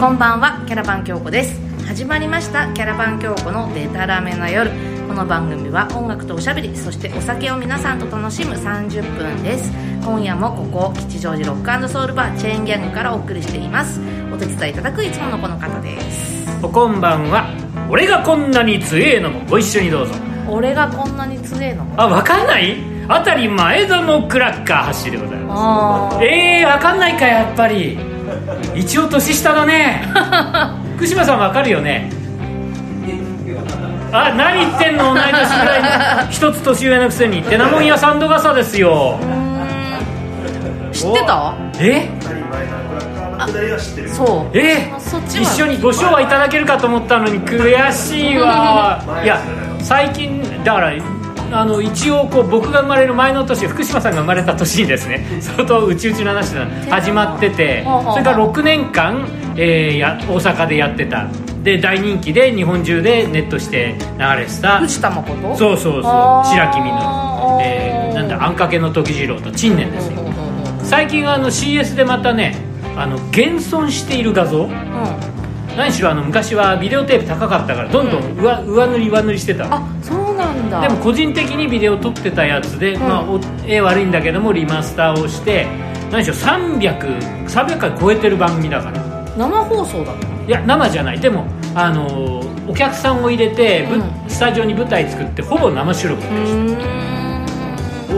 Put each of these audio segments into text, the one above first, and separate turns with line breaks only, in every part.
こんばんはキャラバン京子です始まりましたキャラバン京子のデタラメな夜この番組は音楽とおしゃべりそしてお酒を皆さんと楽しむ30分です今夜もここ吉祥寺ロックソウルバーチェーンギャングからお送りしていますお手伝いいただくいつものこの方です
おこんばんは俺がこんなに強えのもご一緒にどうぞ
俺がこんなに強えの
あわかんないあたり前田のクラッカー発でございま
あ
すえー、わかんないかやっぱり一応年下 だね福島さんわかるよねあ何言ってんの同い年ぐらいの一つ年上のくせにてなもん屋サンド傘ですよ
ー知ってた
え
そう
え
そっち
一
は
緒にご賞はいただけるかと思ったのに悔しいわ いや最近だからあの一応こう僕が生まれる前の年福島さんが生まれた年にですね相当うちうちの話が始まってて
ほうほうほう
それから6年間、えーや大阪でやってたで大人気で日本中でネットして流れてた
藤田誠
そうそうそう
あー
白君の、えーなんだあんかけの時次郎と陳年ですよ
う
最近あの CS でまたねあの現存している画像
んうん
何しろあの昔はビデオテープ高かったからどんどん上,、上塗り上塗りしてた
あそうなんだ
でも個人的にビデオ撮ってたやつで、
ん
まあ、お絵悪いんだけどもリマスターをして何しろ300300回超えてる番組だから
生放送だった
いや生じゃないでもあのーお客さんを入れて、ぶ
うん
スタジオに舞台作ってほぼ生収録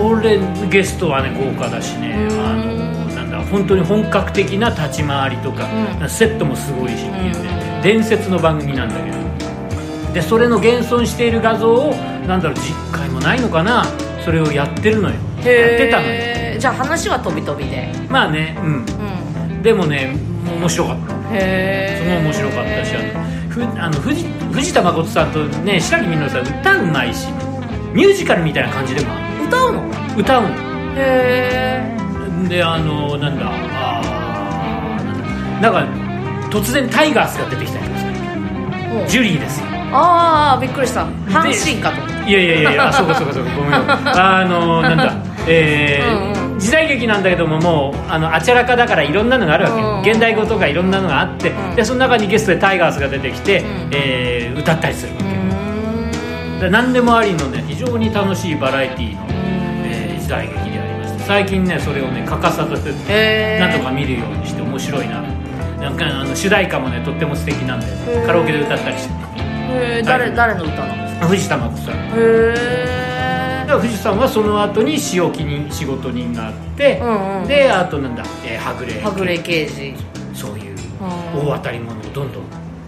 俺ゲストはね豪華だしね、
うん
あのなんだ本当に本格的な立ち回りとか、
うん
セットもすごいしっていうね、
う
伝説の番組なんだけどでそれの現存している画像をなんだろう実回もないのかなそれをやってるのよやっ
へ
てたのよ
えじゃあ話は飛び飛びで
まあねう
うん
んでもね面白かった
へえ
すごい面白かったしあのふあの藤藤田誠さんとね白木みのりさん歌うまいしミュージカルみたいな感じでもあ
歌うの
る歌うの
へ
であのなんだあーなんだなんか突然タイガースが出てきたりとかして
え
ジュリーですよ
ああびっくりした阪神かと思った
いやいや いやいやあそうかそうかそうかごめんごめんあのなんだえー
うんう
時代劇なんだけどももうあのあちゃらかだからいろんなのがあるわけ、
うん
現代語とかいろんなのがあって、
ん
でその中にゲストでタイガースが出てきて、
ん
えー歌ったりするわ
う
け、
ーん
で何でもありのね非常に楽しいバラエティーの、えー時代劇でありまして最近ねそれをね欠かさず
へえ
なんとか見るようにして面白いななんかあの主題歌もねとっても素敵なんで
ー
カラオケで歌ったりして
へえ誰誰の歌なんです
藤田誠さんだ
かへえ
から藤さんはその後に仕置き人仕事人があって、
うんうん
であとなんだ、えー、はぐれ
はぐれ刑事
そういう
うん
大当たり者をどんどん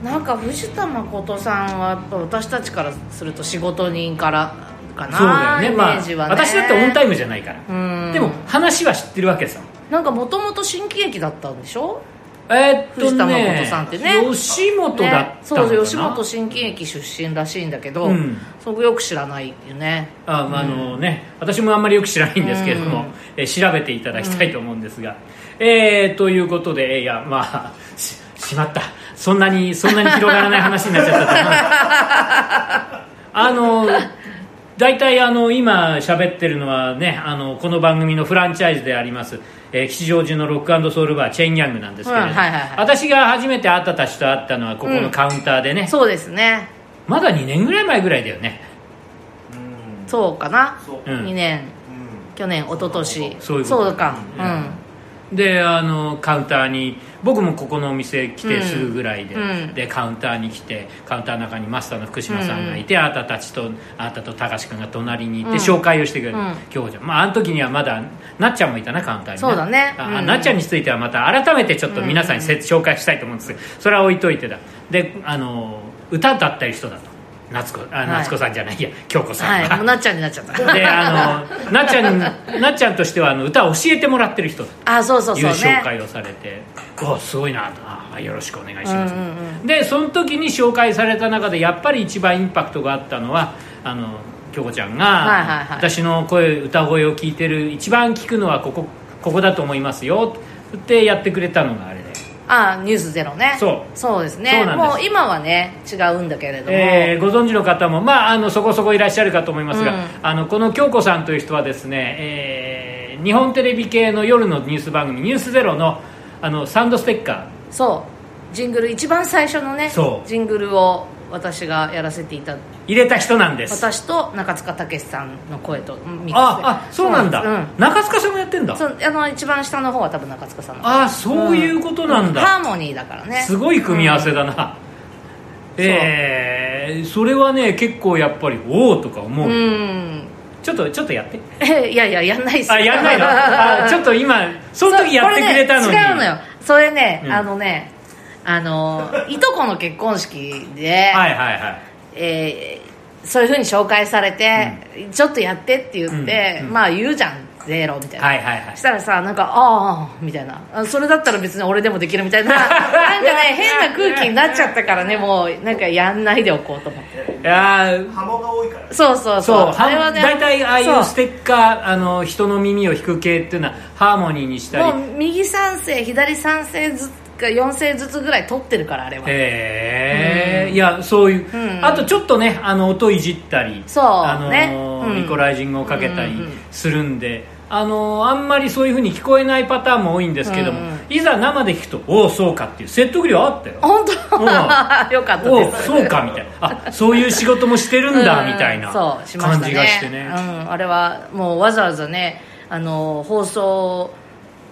なんか藤田誠さんはやっぱ私たちからすると仕事人からかな
そうだよね
イメ
まあ
ージはね、
私だってオンタイ
ム
ムじゃないから、
うん
でも話は知ってるわけさ
なんかもともと新喜劇だったんでしょ
えーっとね
藤田誠さんってね
吉本だったのかな、
ね、そう吉本新喜劇出身らしいんだけど、
うん
そこよく知らないよね
あまああのね、私もあんまりよく知らないんですけれども、
うん
えー調べていただきたいと思うんですが、えーということでいやまあししまったそんなにそんなに広がらない話になっちゃっ たと思うあの大体あの今喋ってるのはねあのこの番組のフランチャイズであります、えー吉祥寺のロックソウルバーチェンギャングなんですけれど、
うんはいはいはい
私が初めて会ったたちと会ったのはここのカウンターでね、
そうですね
まだ2年ぐらい前ぐらいだよね
そうかな、
そう
うん
2年去年一昨年
そういうこと
かうん、
であのカウンターに僕もここのお店来てすぐぐらいで、
うんうん
でカウンターに来てカウンターの中にマスターの福島さんがいて、あなたたちとあなたと高志君が隣にいて、紹介をしてくれる、
うん
今日じゃんまああの時にはまだなっちゃんもいたなカウンターに、
そうだね
ああ
うん
なっちゃんについてはまた改めてちょっと皆さんにせ、紹介したいと思うんですけどそれは置いといてだであの歌だったり人だと夏子あ夏子さんじゃない、い、や京子さんは、
はいもうなっちゃんになっちゃった
であのなっちゃんなっちゃんとしてはあの歌を教えてもらってる人だ
あそうそうそう
いう
ね
紹介をされておすごいなとあよろしくお願いします、
うんうん
でその時に紹介された中でやっぱり一番インパクトがあったのはあの京子ちゃんが、
はいはいはい
私の声歌声を聞いてる一番聞くのはここここだと思いますよってやってくれたのがあれで
あニュースゼロね
そう
そうです
そ
ね
うなんです
もう今はね違うんだけれども、
えーご存知の方も、まあ、あのそこそこいらっしゃるかと思いますが、
うん
あのこの京子さんという人はですね、えー日本テレビ系の夜のニュース番組「ニュースゼロのあのサンドステッカー
そジングル一番最初のね
そう
ジングルを私がやらせていた
入れた人なんです
私と中塚武さんの声とミックスで
ああそうなんだ、
そうなんです
中塚さんもやってんだ
うんそうあの一番下の方は多分中塚さんの
あそういうことなんだ、
ハーモニーだからね
すごい組み合わせだな、えーそれはね結構やっぱりおおとか思
う
う、
ん
ちょっとちょっとやって
えいやいややんないっす
あや んないのあちょっと今その時やってくれたのに
そうこね違うのよそれね、
うん
あのねあのいとこの結婚式で、
はいはいはい
えーそういうふうに紹介されて、ちょっとやってって言って、
うんうん
まあ言うじゃんゼロみたいな、
はいはいはい
したらさなんかああみたいなあそれだったら別に俺でもできるみたいな なんかね変な空気になっちゃったからねもうなんかやんないでおこうと思って
いやー
波紋が多いから
そうそう
そう
そうあれはね
大体ああい
そう
ステッカーあの人の耳を引く系っていうのはハーモニーにしたり
もう右3世左3世ずつか4世ずつぐらい取ってるからあれは
へえいやそういう、
うん
あとちょっとねあの音いじったり
そう
あの
ねうん
イコライジングをかけたり
うんうん
するんで、あのあんまりそういうふうに聞こえないパターンも多いんですけども、
うんうん
いざ生で聞くとおおそうかっていう説得力あったよ
本当
うん
よかった
お
で
お
す
そうかみたいなあそういう仕事もしてるんだ
うん
みたいな
そうしま
感
したね
じがしてね
うん、あれはもうわざわざねあの放送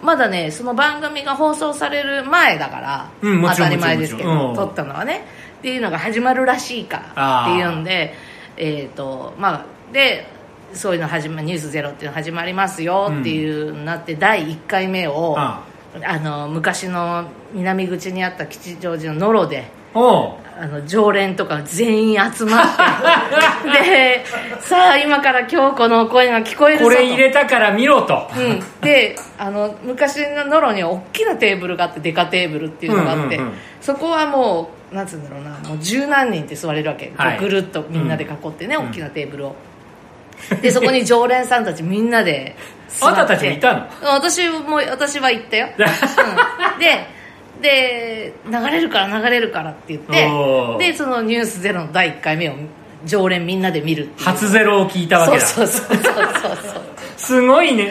まだねその番組が放送される前だから、
うんも
当
ちろ
た
ん
り前ですけ
もちろん
ど
うん
撮ったのはねっていうのが始まるらしいから
あ
って
ー
いうんでえっ、とまあでそういうの始ま「ニュースゼロっていうの始まりますよっていうのになって、第1回目を
あ
あの昔の南口にあった吉祥寺の野呂で
おう
あの常連とか全員集まって でさあ今から京子の声が聞こえるぞと
これ入れたから見ろと、
うん、であの昔のノロには大きなテーブルがあってデカテーブルっていうのがあって、
うんうんうん
そこはもうなんつうんだろうなもう十何人って座れるわけ、
はい
こうぐるっとみんなで囲ってね、
うん
大きなテーブルをでそこに常連さんたちみんなで座って
あんたたちもいたの
私も私は行 ったよ、うんでで流れるから流れるからって言っ
おー
てでその「ニュースゼロの第1回目を常連みんなで見るっていう
初ゼロを聞いたわけ
そう
だ
そうそうそうそうそう
すごいね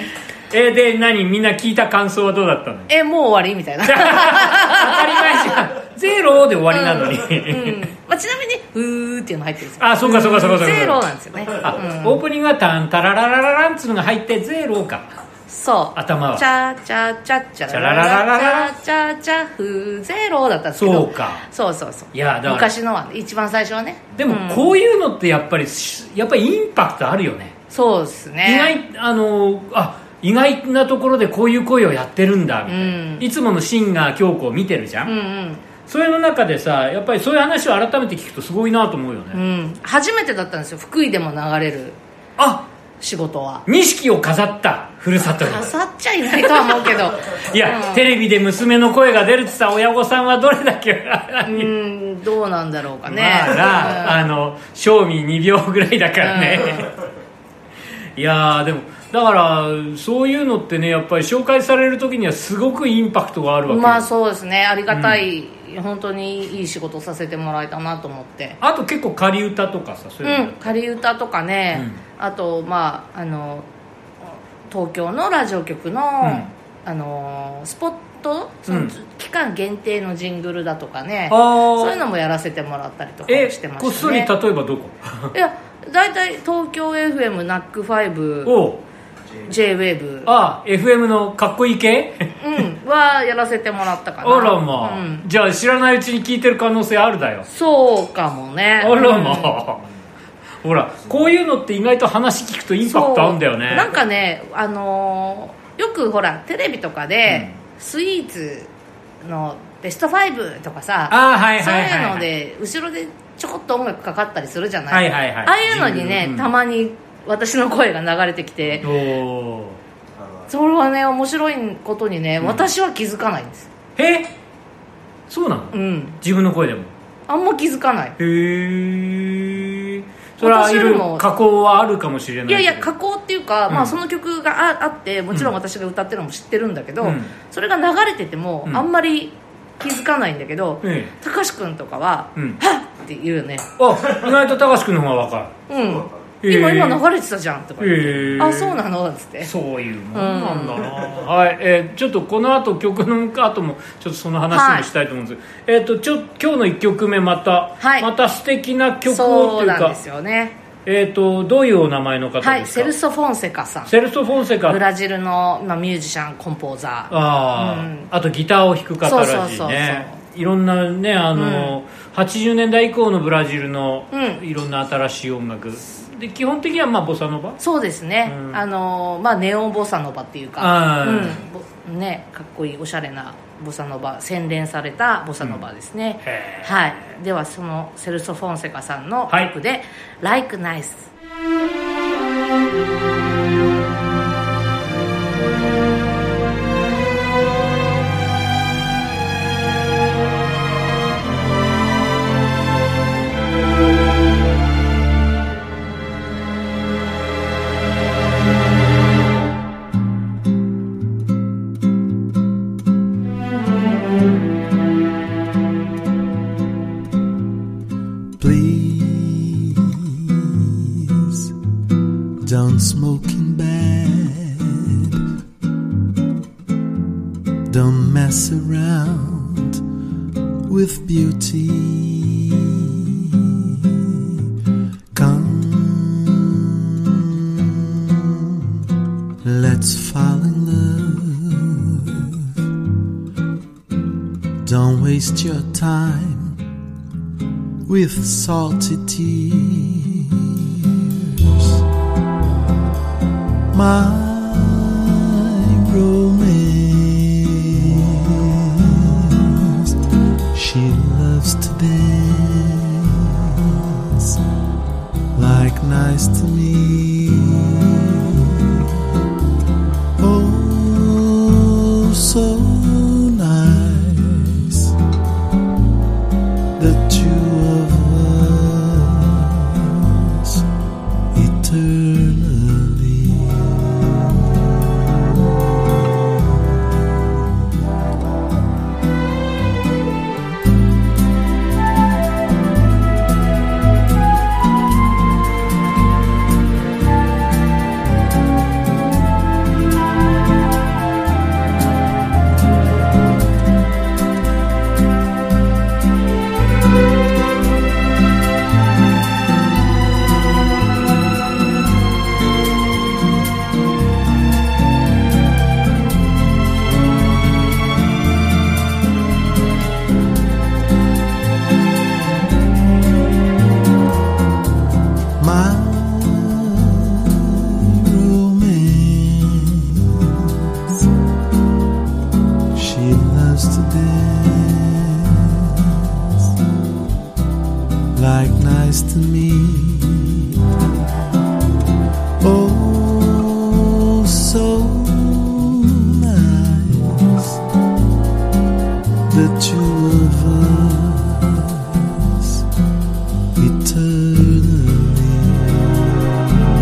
えーで何みんな聞いた感想はどうだったの
えもう終わりみたい な
当たり前じゃんゼロで終わりなのに、
うんまあ、ちなみに「うー」っていうの入ってるんですよ
あそうかそうかそうかそうか
ゼロなんですよね、
あ
うん
オープニングはタンタララララランっつうのが入ってゼロか
そう
頭は
チャチャチャチャラララララチャチャフーゼロだったんですけど
そうか
そうそうそう
いやだから
昔のは一番最初はね
でも
うん
こういうのってやっぱりしやっぱりインパクトあるよね
そうですね
意外あのあ意外なところでこういう声をやってるんだみたい
う
な、
ん
いつものシンガー京子を見てるじゃん、
うん
それの中でさやっぱりそういう話を改めて聞くとすごいなと思うよね、
うんうん初めてだったんですよ福井でも流れる
あ
仕事は
錦を飾ったふるさとに
飾っちゃいないとは思うけど
いや、
うん
テレビで娘の声が出るってさ親御さんはどれだけ
うんどうなんだろうかね、
まあなあの賞味2秒ぐらいだからね、いやーでもだからそういうのってねやっぱり紹介される時にはすごくインパクトがある
う
わ
ん
け、
まあそうですねありがたい、本当にいい仕事をさせてもらえたなと思って
あと結構仮歌とかさそういううの、
ん仮歌とかね、あとまああの東京のラジオ局の、あのスポットその、
うん
期間限定のジングルだとかね
あー
そういうのもやらせてもらったりとかも
え
してましたね
こっそり例えばどこ
いや大体東京 FM ナック5
おう
JWAVE
ああ FM のかっこいい系
うんはやらせてもらったか
あ
な
らまあ、
うん、
じゃあ知らないうちに聞いてる可能性あるだよ
そうかもね
あらまあ、ほらこういうのって意外と話聞くとインパクトあるんだよ
そ
ね
うなんかねあのーよくほらテレビとかで、スイーツのベスト5とかさ
ああはいはいはい、
そういうので後ろでちょこっと音楽かかったりするじゃない,、
はいはいはい
ああいうのにね、
うん
たまに私の声が流れてきて
おー
あの
それはね面白いことにね、私は気づかないんです
えそうなの、
うん
自分の声でも
あんま気づかない
へえそれは
私
い
よ
ろ
り
い
も
ろ加工はあるかもしれない
い
け
や
ど
いや加工っていうか、
うん
まあ、その曲がああってもちろん私が歌ってるのも知ってるんだけど、
うん
それが流れてても、
うん
あんまり気づかないんだけど、
え
高橋君とかは「
うん
はっ!」って言うよね
あ意外と高橋君の方が分か
うん
そう
今
えー
今流れてたじゃん」とか言って
えー
あそうなの?」っつって
そういうもんなんだな、はいえーちょっとこの後曲の後もちょっとその話もしたいと思うんですけど、えー、とちょ今日の1曲目また、
はい
また素敵な曲を
そ
と
う
いう
なんで
か
すよね
えー、とどういうお名前の方ですか、
はいセルソ・フォンセカさん
セルソフォンセカ
ブラジルの、まあ、ミュージシャンコンポーザ
あー、
うん
あとギターを弾く方らしいね
そうそうそうそう
いろんなねあの、80年代以降のブラジルの、
うん
いろんな新しい音楽で基本的にはまあボサノバ
ーそうですね、
うん
あのまあネオンボサノバっていうか、
あ
う
ー
んぼね、かっこいいおしゃれなボサノバ洗練されたボサノバですね、
へー
はい、ではそのセルソ・フォンセカさんの
はい
曲で「Like Nice」
Please don't smoke in bed. Don't mess around with beauty. Come, let's fall in love. Don't waste your time with salty tears. My romance, she loves to dance like nice to me. Oh, so nice the two of us eternally. My romance, she loves to dance like nice to me. Oh, so nice, the two of us eternally.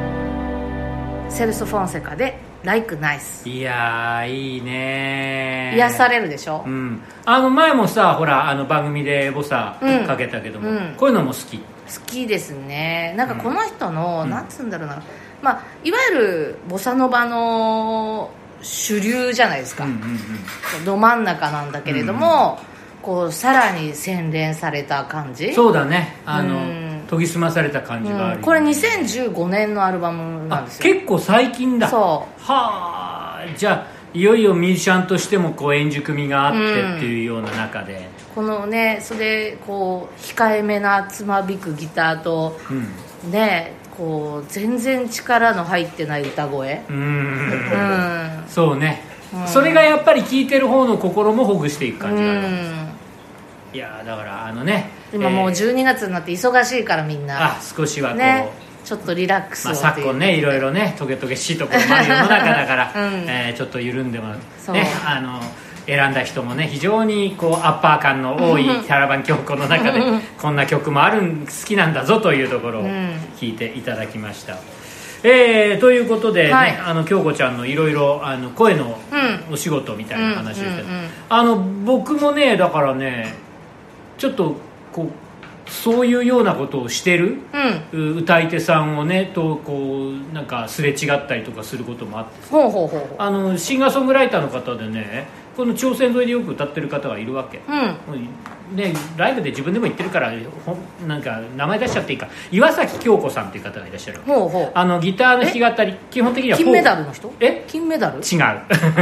「セルソ・フォンセカ」で「Like Nice
いやーいい」ねー
癒されるでしょ、
うん、あの前もさほらあの番組でボサ
うん
かけたけども、
うん
こういうのも好き
好きですねなんかこの人の、
うん
なんつうんだろうな、まあ、いわゆるボサノバの主流じゃないですか、
うんうんうん
ど真ん中なんだけれども、こうさらに洗練された感じ
そうだねあの、
うん
研ぎ澄まされた感じがある、
うんこれ2015年のアルバムなん
あ
ですよ
結構最近だ
そ
はあじゃあいよいよミュージシャンとしてもこう円熟味があってっていうような中で、
このねそれこう控えめなつまびくギターと
うん
ねこう全然力の入ってない歌声
う
うんん
そうね、それがやっぱり聴いてる方の心もほぐしていく
う
感じがある、
ん
いやーだからあのね
今もう
えー
12月になって忙しいからみんな
あ少しはこう、
ねちょっとリラックス
ま
を
あ、
って
昨
いう
今ねいろいろねトゲトゲしいところもある世の中だか ら、
うん
えーちょっと緩んでもらって、
そう
ね、あの選んだ人もね非常にこうアッパー感の 多いキャラバン教皇の中でこんな曲もあるん好きなんだぞというところを
うん
聞いていただきました、えーということで、ね
はい
あの京子ちゃんのいろいろあの声の
う
お仕事みたいな話をして
うんうんうん
あの僕もねだからねちょっとこうそういうようなことをしてる
うん
う歌い手さんをねとこうなんかすれ違ったりとかすることもあって
ほうほうほうほう
あのシンガーソングライターの方でねこの朝鮮沿いでよく歌ってる方がいるわけ、
うん
ね、ライブで自分でも言ってるからほんなんか名前出しちゃっていいか岩崎京子さんっていう方がいらっしゃるわけ
ほうほ
あのギターの弾き語り基本的に
う
は
金メダルの人
え
金メダル
違う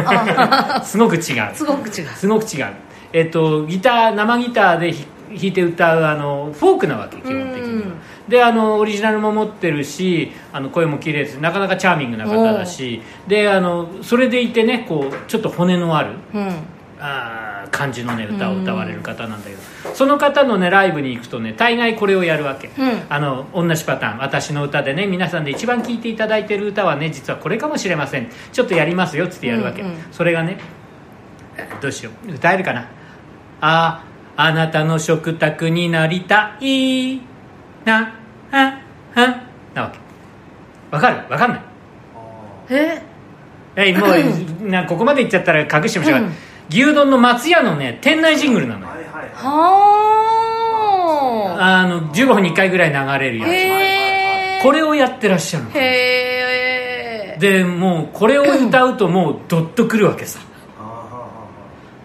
すごく違う
すごく違う
すごく違う、えっと、ギター生ギターでひ弾いて歌うあのフォークなわけ基本的に
うん
はであのオリジナルも持ってるしあの声も綺麗ですなかなかチャーミングな方だしであのそれでいてねこうちょっと骨のある
うん
あー感じのね歌を歌われる方なんだけど、その方のねライブに行くとね大概これをやるわけ、
ん
あの同じパターン私の歌でね皆さんで一番聴いていただいてる歌はね実はこれかもしれませんちょっとやりますよっつってやるわけ、
うんうん
それがねえーどうしよう歌えるかなあーあなたの食卓になりたいなああなわけわかるわかんない
え
えいも うなここまで行っちゃったら隠してもしょうがない、
うん
牛丼の松屋のね店内ジングルなのよ
は
あの15分に1回ぐらい流れる
あ
や
へえ
つこれをやってらっしゃるの
へえ
でもうこれを歌うともうドッとくるわけさ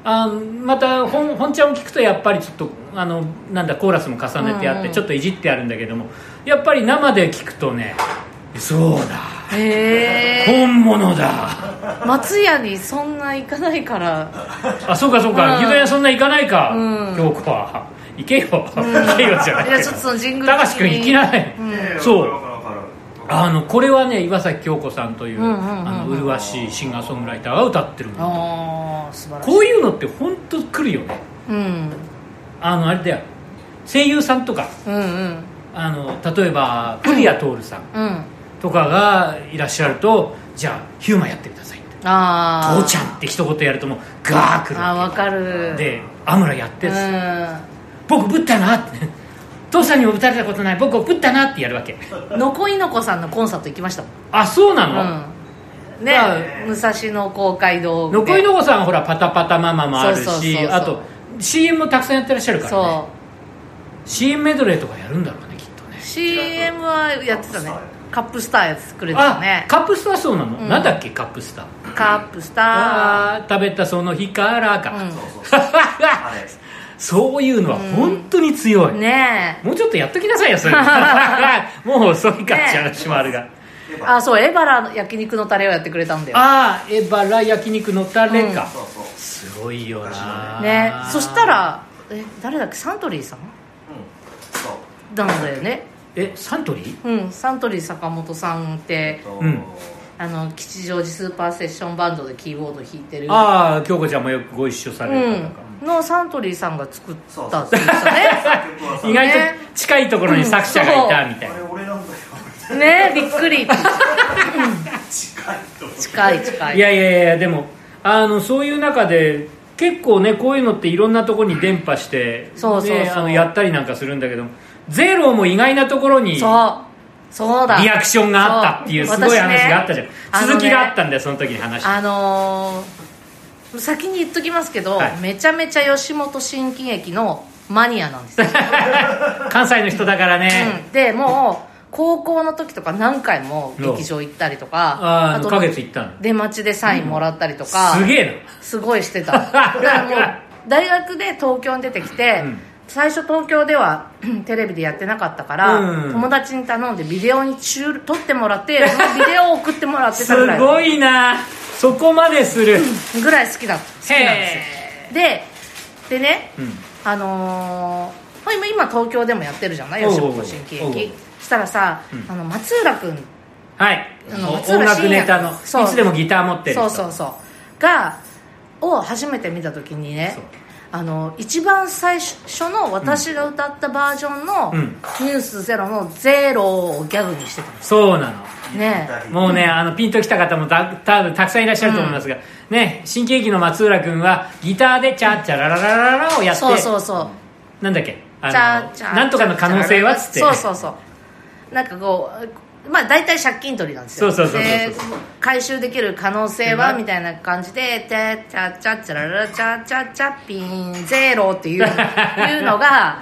あまた本本ちゃんを聞くとやっぱりちょっとあのなんだコーラスも重ねてあっ
うんう
て
ん
ちょっといじってあるんだけどもやっぱり生で聞くとねそうだ
へえ
本物だ
松屋にそんな行かないから
あそうかそうか
うん
牛丼屋そんな行かないか
うん
京子は行けよ行けよじゃない
い
けど
やちょっとその神宮
高橋君行きないう
いやい
ん
や
そう
わかるわかるわかる
あのこれはね岩崎京子さんという
うんうんうんうん
あの麗しいシンガーソングライターが歌ってるの
ああ素晴らしい
こういうのって本当来るよね
うん
あのあれだよ声優さんとか
うんうん
あの例えば古谷徹さん
うん
とかがいらっしゃるとじゃあヒューマンやってくださいって「
ああ
父ちゃん」って一言やるともうガーくる
あーわかる
でアムラやっ
う
て
ん
僕ぶったな」って「父さんにもぶたれたことない僕をぶったな」ってやるわけ
のこいのこさんのコンサート行きましたも
あそうなの、
ん、うん、ね
まあ
武蔵野公会堂で
のこいのこさんはほらパタパタママもあるし
そうそうそうそう
あと CM もたくさんやってらっしゃるから、ね、
そ
CM メドレーとかやるんだろうねきっとね
う CM はやってたねカップスターやってくれてた
あ
ね
カップスターそうなの、
うん
なんだっけカップスター
カップスタ
あー食べたその日か
ー
らか、
うん
そうそうそうあれ
そういうのは本当に強い、
ね
もうちょっとやっときなさい よそれ もう遅いから
ね
って話もあるが、
えあそうエバラの焼肉のタレをやってくれたんだよ
ああエバラ焼肉のタレか、
そうそう
すごいよな
ねそしたらえ誰だっけサントリーさん
うんそ
な
う
んだよね
えサントリー
うんサントリー坂本さんって
えっと
うん
あの吉祥寺スーパーセッションバンドでキーボード弾いてる
ああ京子ちゃんもよくご一緒さ
う
れる方か、
ん、のサントリーさんが作っ
そう
た
そ
っ
う
て言ってたね
結構はさ
意外と近いところに作者がいたみたいな、
あれ俺なんだよ
ねびっくり
近いと思って
近い近い
いやいやいやでもあのそういう中で結構ねこういうのっていろんなところに伝播して、
そうそうそう
ねあのやったりなんかするんだけどゼロも意外なところにリ
そうそうだ
アクションがあったっていう
そう
すごい
私ね
話があったじゃん、
あのね
続きがあったんだよその時に話
あのー先に言っときますけど、
はい
めちゃめちゃ吉本新喜劇のマニアなん ですよ、
関西の人だからね、
うんでもう高校の時とか何回も劇場行ったりとか
ああ
と
2ヶ月行ったの
出待ちでサインもらったりとか、
すげえ
すごいしてただ からもう大学で東京に出てきて、
うん
最初東京では テレビでやってなかったから、
うん
友達に頼んでビデオに中撮ってもらってそのビデオを送ってもらっ
な
て
す
たぐらい
ごいなそこまでする、
ぐらい好きだ好きなんですよででね、
うん
あのーまあ、今今東京でもやってるじゃない
おう
吉本新喜
おうおう
劇したらさ、
うん
あの松浦君
はい
あの松浦
音楽
深
ネ
夜
タの
そう
いつでもギター持ってる
そ
人
うそうそうがを初めて見た時にね
そう
あの一番最初の私が歌ったバージョンの
うん
「ニュースゼロの「ゼロをギャグにしてたんで
そうなの
すね
大
もうね、あのピンときた方もた多分たくさんいらっしゃると思いますが、ね、新喜劇の松浦君はギターでチャッチャラララララをやって
そうそうそう
なんだっけあの
チャーチャー
なんとかの可能性はっつって
そうそうそうなんかこうまあ大体借金取りなんですよ
そうそうそうそう
で回収できる可能性は
うん
みたいな感じで「チャチャチャチャララチャチャチャピンゼロ」っていういうのが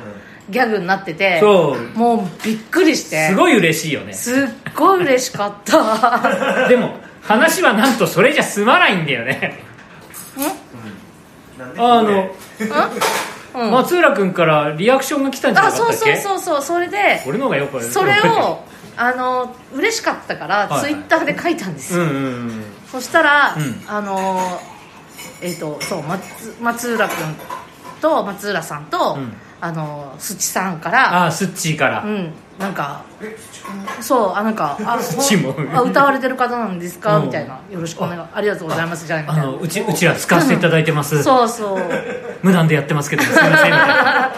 ギャグになってて
そう
もうびっくりして
すごい嬉しいよね
すっごい嬉しかった
でも話はなんとそれじゃ済まないんだよね
なんで
あの、
うん
松浦君からリアクションが来たんじゃな
あ
かったっ
そう
け
そうそうそうそれで
俺の方がよく
それを あの嬉しかったから
はい
ツイッターで書いたんです
う
よ、
んうんうん
そしたら、
うん
あのえっ、とそう松松浦君と松浦さんと、
うん
あのすちさんから
ああスッチーから、
うんなんか
えちょ
そうあなんか あ
スチも
ほんあ歌われてる方なんですか、
うん
みたいなよろしくお願いありがとうございますじゃないみ
あ
たい
のうちうちら使わせていただいてます
なそうそう
無断でやってますけどすいませんみたいな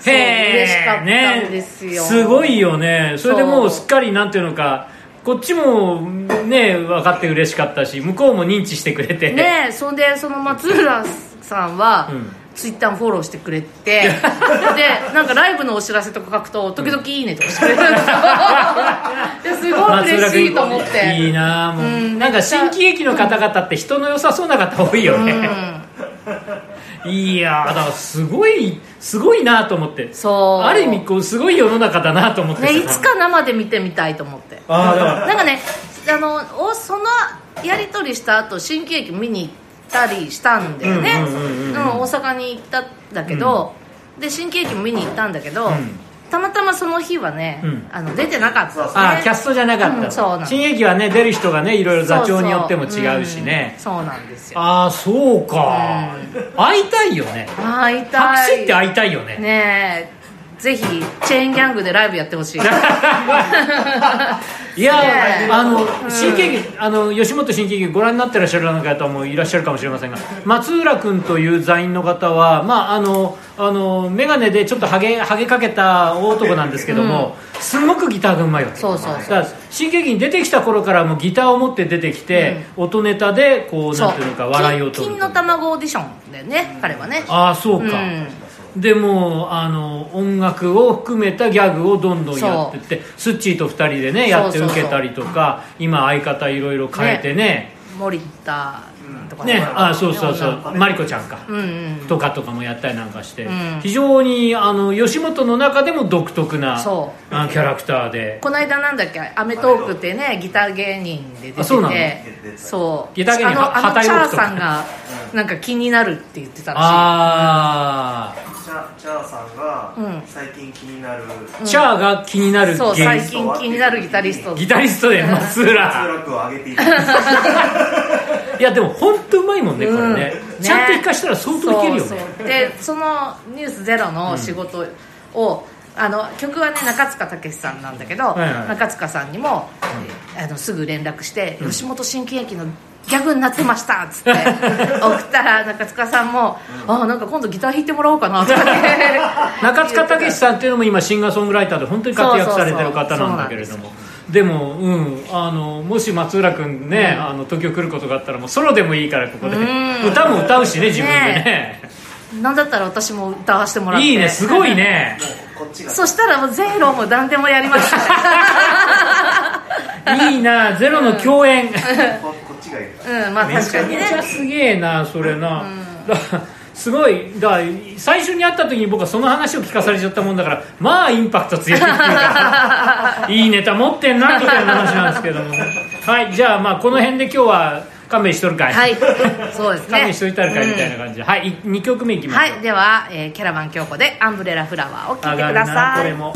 そう
へー
嬉しかったんですよ
ね、すごいよねそれでもう
そう
すっかりなんていうのかこっちもね分かって嬉しかったし向こうも認知してくれて、
ねえそんでその松浦さんは、
うん
ツイッターもフォローしてくれてでなんかライブのお知らせとか書くと時々「いいね」とかしてくれるんです よですごい嬉しいと思って
いいなあもう、
うん
なんか新喜劇の方々って人の良さそうな方多いよ
う
ね、
ん、
いやーだからすごいすごいなと思って
そう
ある意味こうすごい世の中だなと思ってさ
ねいつか生で見てみたいと思って
ああだから
なんかねあのおそのやり取りした後新喜劇見に行ったりしたんだよね
うんうんうんうんうん
うん大阪に行ったんだけど、で新喜劇も見に行ったんだけど、
うん
たまたまその日はね、
うん
あの出てなかったですね
ああキャストじゃなかった、
うんそうなの
新劇はね出る人がねいろいろ座長によっても違うしね
そうそう,うん、そうなんですよ
ああそうか、会いたいよね
会いたい
白紙って会いたいよね
ねえぜひチェーンギャングでライブやって ほしい
いやー、
ねえ
あの
うん
新喜劇あの吉本新喜劇ご覧になってらっしゃる方もいらっしゃるかもしれませんが松浦君という座員の方は、まあ、あのあの眼鏡でちょっとハゲハゲかけた大男なんですけども、すごくギターがうまいわけ
そうそうそう
だから新喜劇に出てきた頃からもうギターを持って出てきて、音ネタでこうなんていうのか笑いを取
金
る
金の卵オーディションだよね彼はね
ああそうか、
うん
でもうあの音楽を含めたギャグをどんどんやってってスッチーと2人でねやって
そうそう
受
そう
けたりとか今相方いろいろ変えてね
森田とか
ねあそうそうそ
女の
うマリコちゃんか、
子うんうん
とかとかもやったりなんかして、
うん
非常にあの吉本の中でも独特な
そ
あキャラクターで
この間なんだっけ『アメトーーク』ってねギター芸人で出てて
あそうなの
そう
ギター芸人
あのあの
旗
チ
色
ャー
とか
さんがなんか気になるって言ってたらし
ああ、
チャチャーさん
うん
が最近気になる
チャーが気にないる
そう
芸
最
人
近気になるギタリスト
ギタリストで松浦
脱落を上げていくあ
いやでも本当うまいもんねこれ
うん
ね、ちゃんと生かしたら相当いけるよね
そうそうでその「ニュースゼロの仕事を、あの曲はね中塚武さんなんだけど、
はいはい
中塚さんにも、あのすぐ連絡して、吉本新喜劇のギャグになってました」っつって 送ったら中塚さんも「あなんか今度ギター弾いてもらおうかな」とかね
中塚武さんっていうのも今シンガーソングライターで本当に活躍されてる方なんだけれどもでも、うん、あのもし松浦君ね、あの東京来ることがあったらもうソロでもいいからここで、
うん
歌も歌うしね自分でね
なんだったら私も歌わせてもらってい
いいねすごいね
もうこっちが
そしたらもう「ゼロも何でもやりま した
いいなゼロの共演、
ここっちがいい
うんまあ
め
確
ち
か
ゃ
に
め
ね
ちゃすげえなそれな、だからすごいだから最初に会った時に僕はその話を聞かされちゃったもんだからまあインパクト強いっていうかいいネタ持ってんなみたいな話なんですけどもはいじゃあまあこの辺で今日は勘弁しとるかい、
はいそうですね
勘弁しといたるかいみたいな感じで、はい2曲目いきましょう、
はい、では、えーキャラバン京子で「アンブレラフラワー」を聴い
上
てく
がる
だ
な
さ
こ
い
れも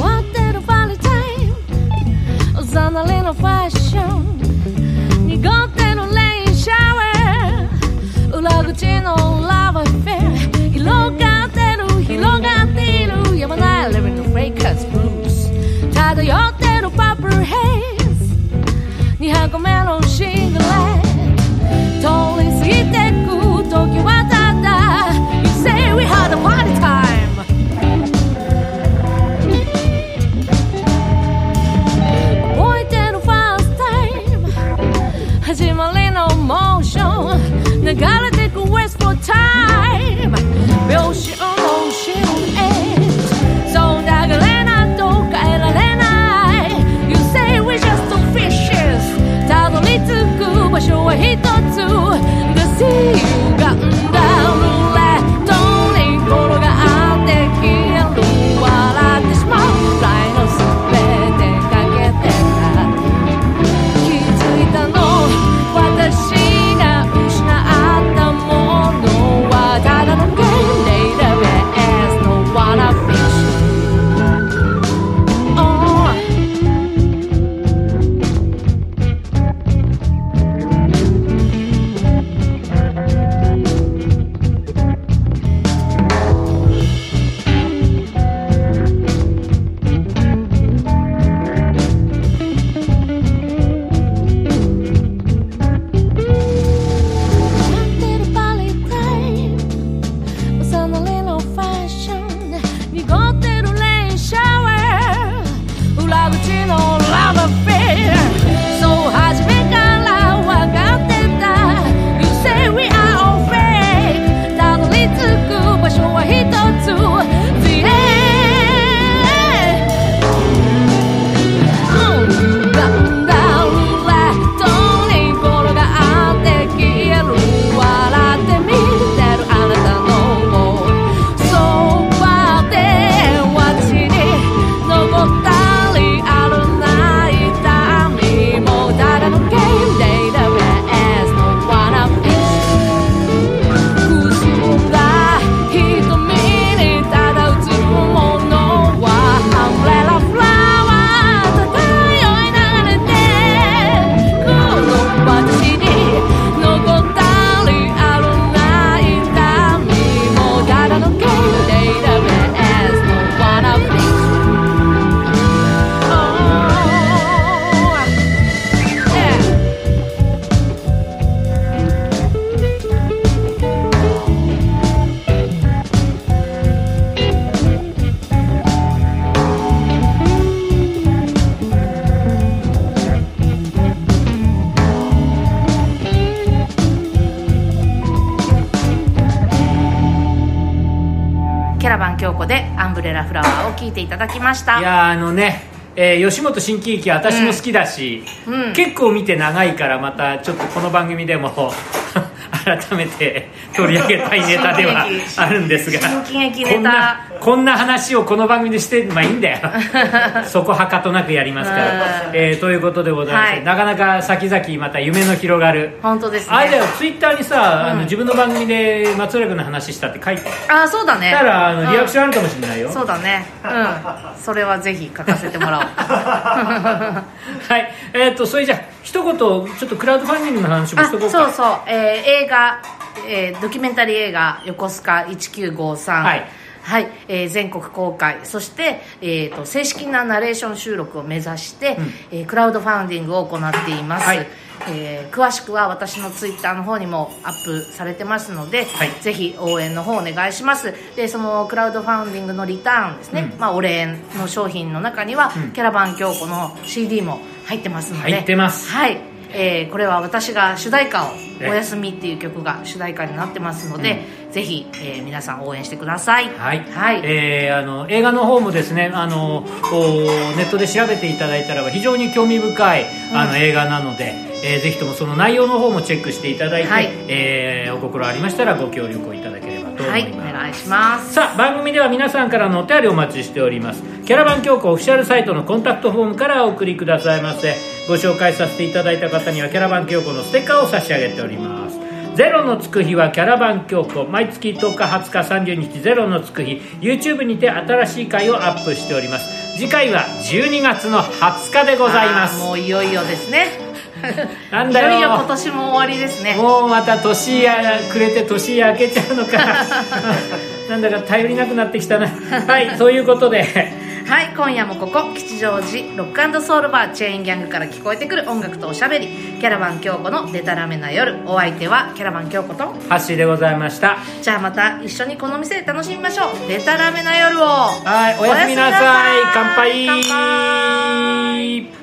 What did I find the time? Was on a little fashion. 濁ってのレインシャワー。裏口のラブフェア。広がってる、広がっている。 200個目のシングル通り過ぎてく時はただ You say we had a party time 覚えてるファーストタイム始まりのモーション流れてく West for time oh, 秒針モーションへそう流れなど変えられない You say we just fishes たどり着く場所は一つ The sea が生んだルーレットに転がって消える笑ってしまうライのすべてかけてた気づいたの私が失ったものはただのゲームネイティブエースのワラフィッシュ Oh 「やってるバレータイム」「おさなりのファッション」「濁ってるレインシャワー」「裏口のラバーフィー」「そう初めからわかってた」「You say we are all fake」「たどり着く場所はひとつ」「The end」「うんだんだんらどに転がって消える」「笑って見てるあなたのそばで私に残ったりあるない痛みもただのゲームデイダベースのワラフィッシュ」くすんだ瞳にただ映るものはアンブレラフラワー漂い流れてこの私に残ったりあるない痛みもただのゲームデイダベースのワラフィッシュ Oh, yeah.
キャラバン京子で「アンブレラフラワー」を聴いていただきました
いやーあのね、えー吉本新喜劇私も好きだし、
うん
結構見て長いからまたちょっとこの番組でも 改めて取り上げたいネタでは
新喜劇
あるんですが
新喜劇ネタ
こんなこんな話をこの番組でしてまあいい んだよそこはかとなくやりますから
う、ん
えーということでございます、
はい
なかなか先々また夢の広がる
本当ですね
あれだよツイッターにさ、あの自分の番組で松浦君の話したって書いてあ
あーそうだね
ったらあのリアクショ
ン、
ンあるかもしれないよ、
うんそうだねうんそれはぜひ書かせてもらおう
はい、えっ、と、それじゃあ、一言、ちょっとクラウドファンディングの話も
あ
し
そ
とこ
う
うか。
そう、えー映画、えードキュメンタリー映画「横須賀1953」
はい
はいえー全国公開そして、えー、と正式なナレーション収録を目指して、えークラウドファンディングを行っています、
はい
えー詳しくは私のツイッターの方にもアップされてますので、
はい
ぜひ応援の方お願いしますでそのクラウドファンディングのリターンですね、まあ、お礼の商品の中には、キャラバン京子の CD も入ってますので
入ってます
はい、えーこれは私が主題歌を「お
え
やすみ」っていう曲が主題歌になってますので、ぜひ、えー皆さん応援してください
はい、
はい、
えーあの映画の方もですねあのこうネットで調べていただいたらば非常に興味深いあの、映画なので、えーぜひともその内容の方もチェックしていただいて、
はい
えーお心ありましたらご協力をいただければと思
はいい、お
ます。
願いします
さあ番組では皆さんからのお便りをお待ちしておりますキャラバン教皇オフィシャルサイトのコンタクトフォームからお送りくださいませご紹介させていただいた方にはキャラバン教皇のステッカーを差し上げておりますゼロのつく日はキャラバン教皇毎月10日20日30日ゼロのつく日 YouTube にて新しい回をアップしております次回は12月の20日でございま
あ
す
ーもういよいよですね
なんだよ
いよいよ今年も終わりですね
もうまた年やくれて年明け ちゃうのかなんだか頼りなくなってきたなはいということで
はい今夜もここ吉祥寺ロックソウルバーチェーンギャングから聞こえてくる音楽とおしゃべりキャラバン京子のデタラメな夜お相手はキャラバン京子と
ハッシーでございました
じゃあまた一緒にこの店で楽しみましょうデタラメな夜を
はいおやすみなさい
おやすみなさい
乾杯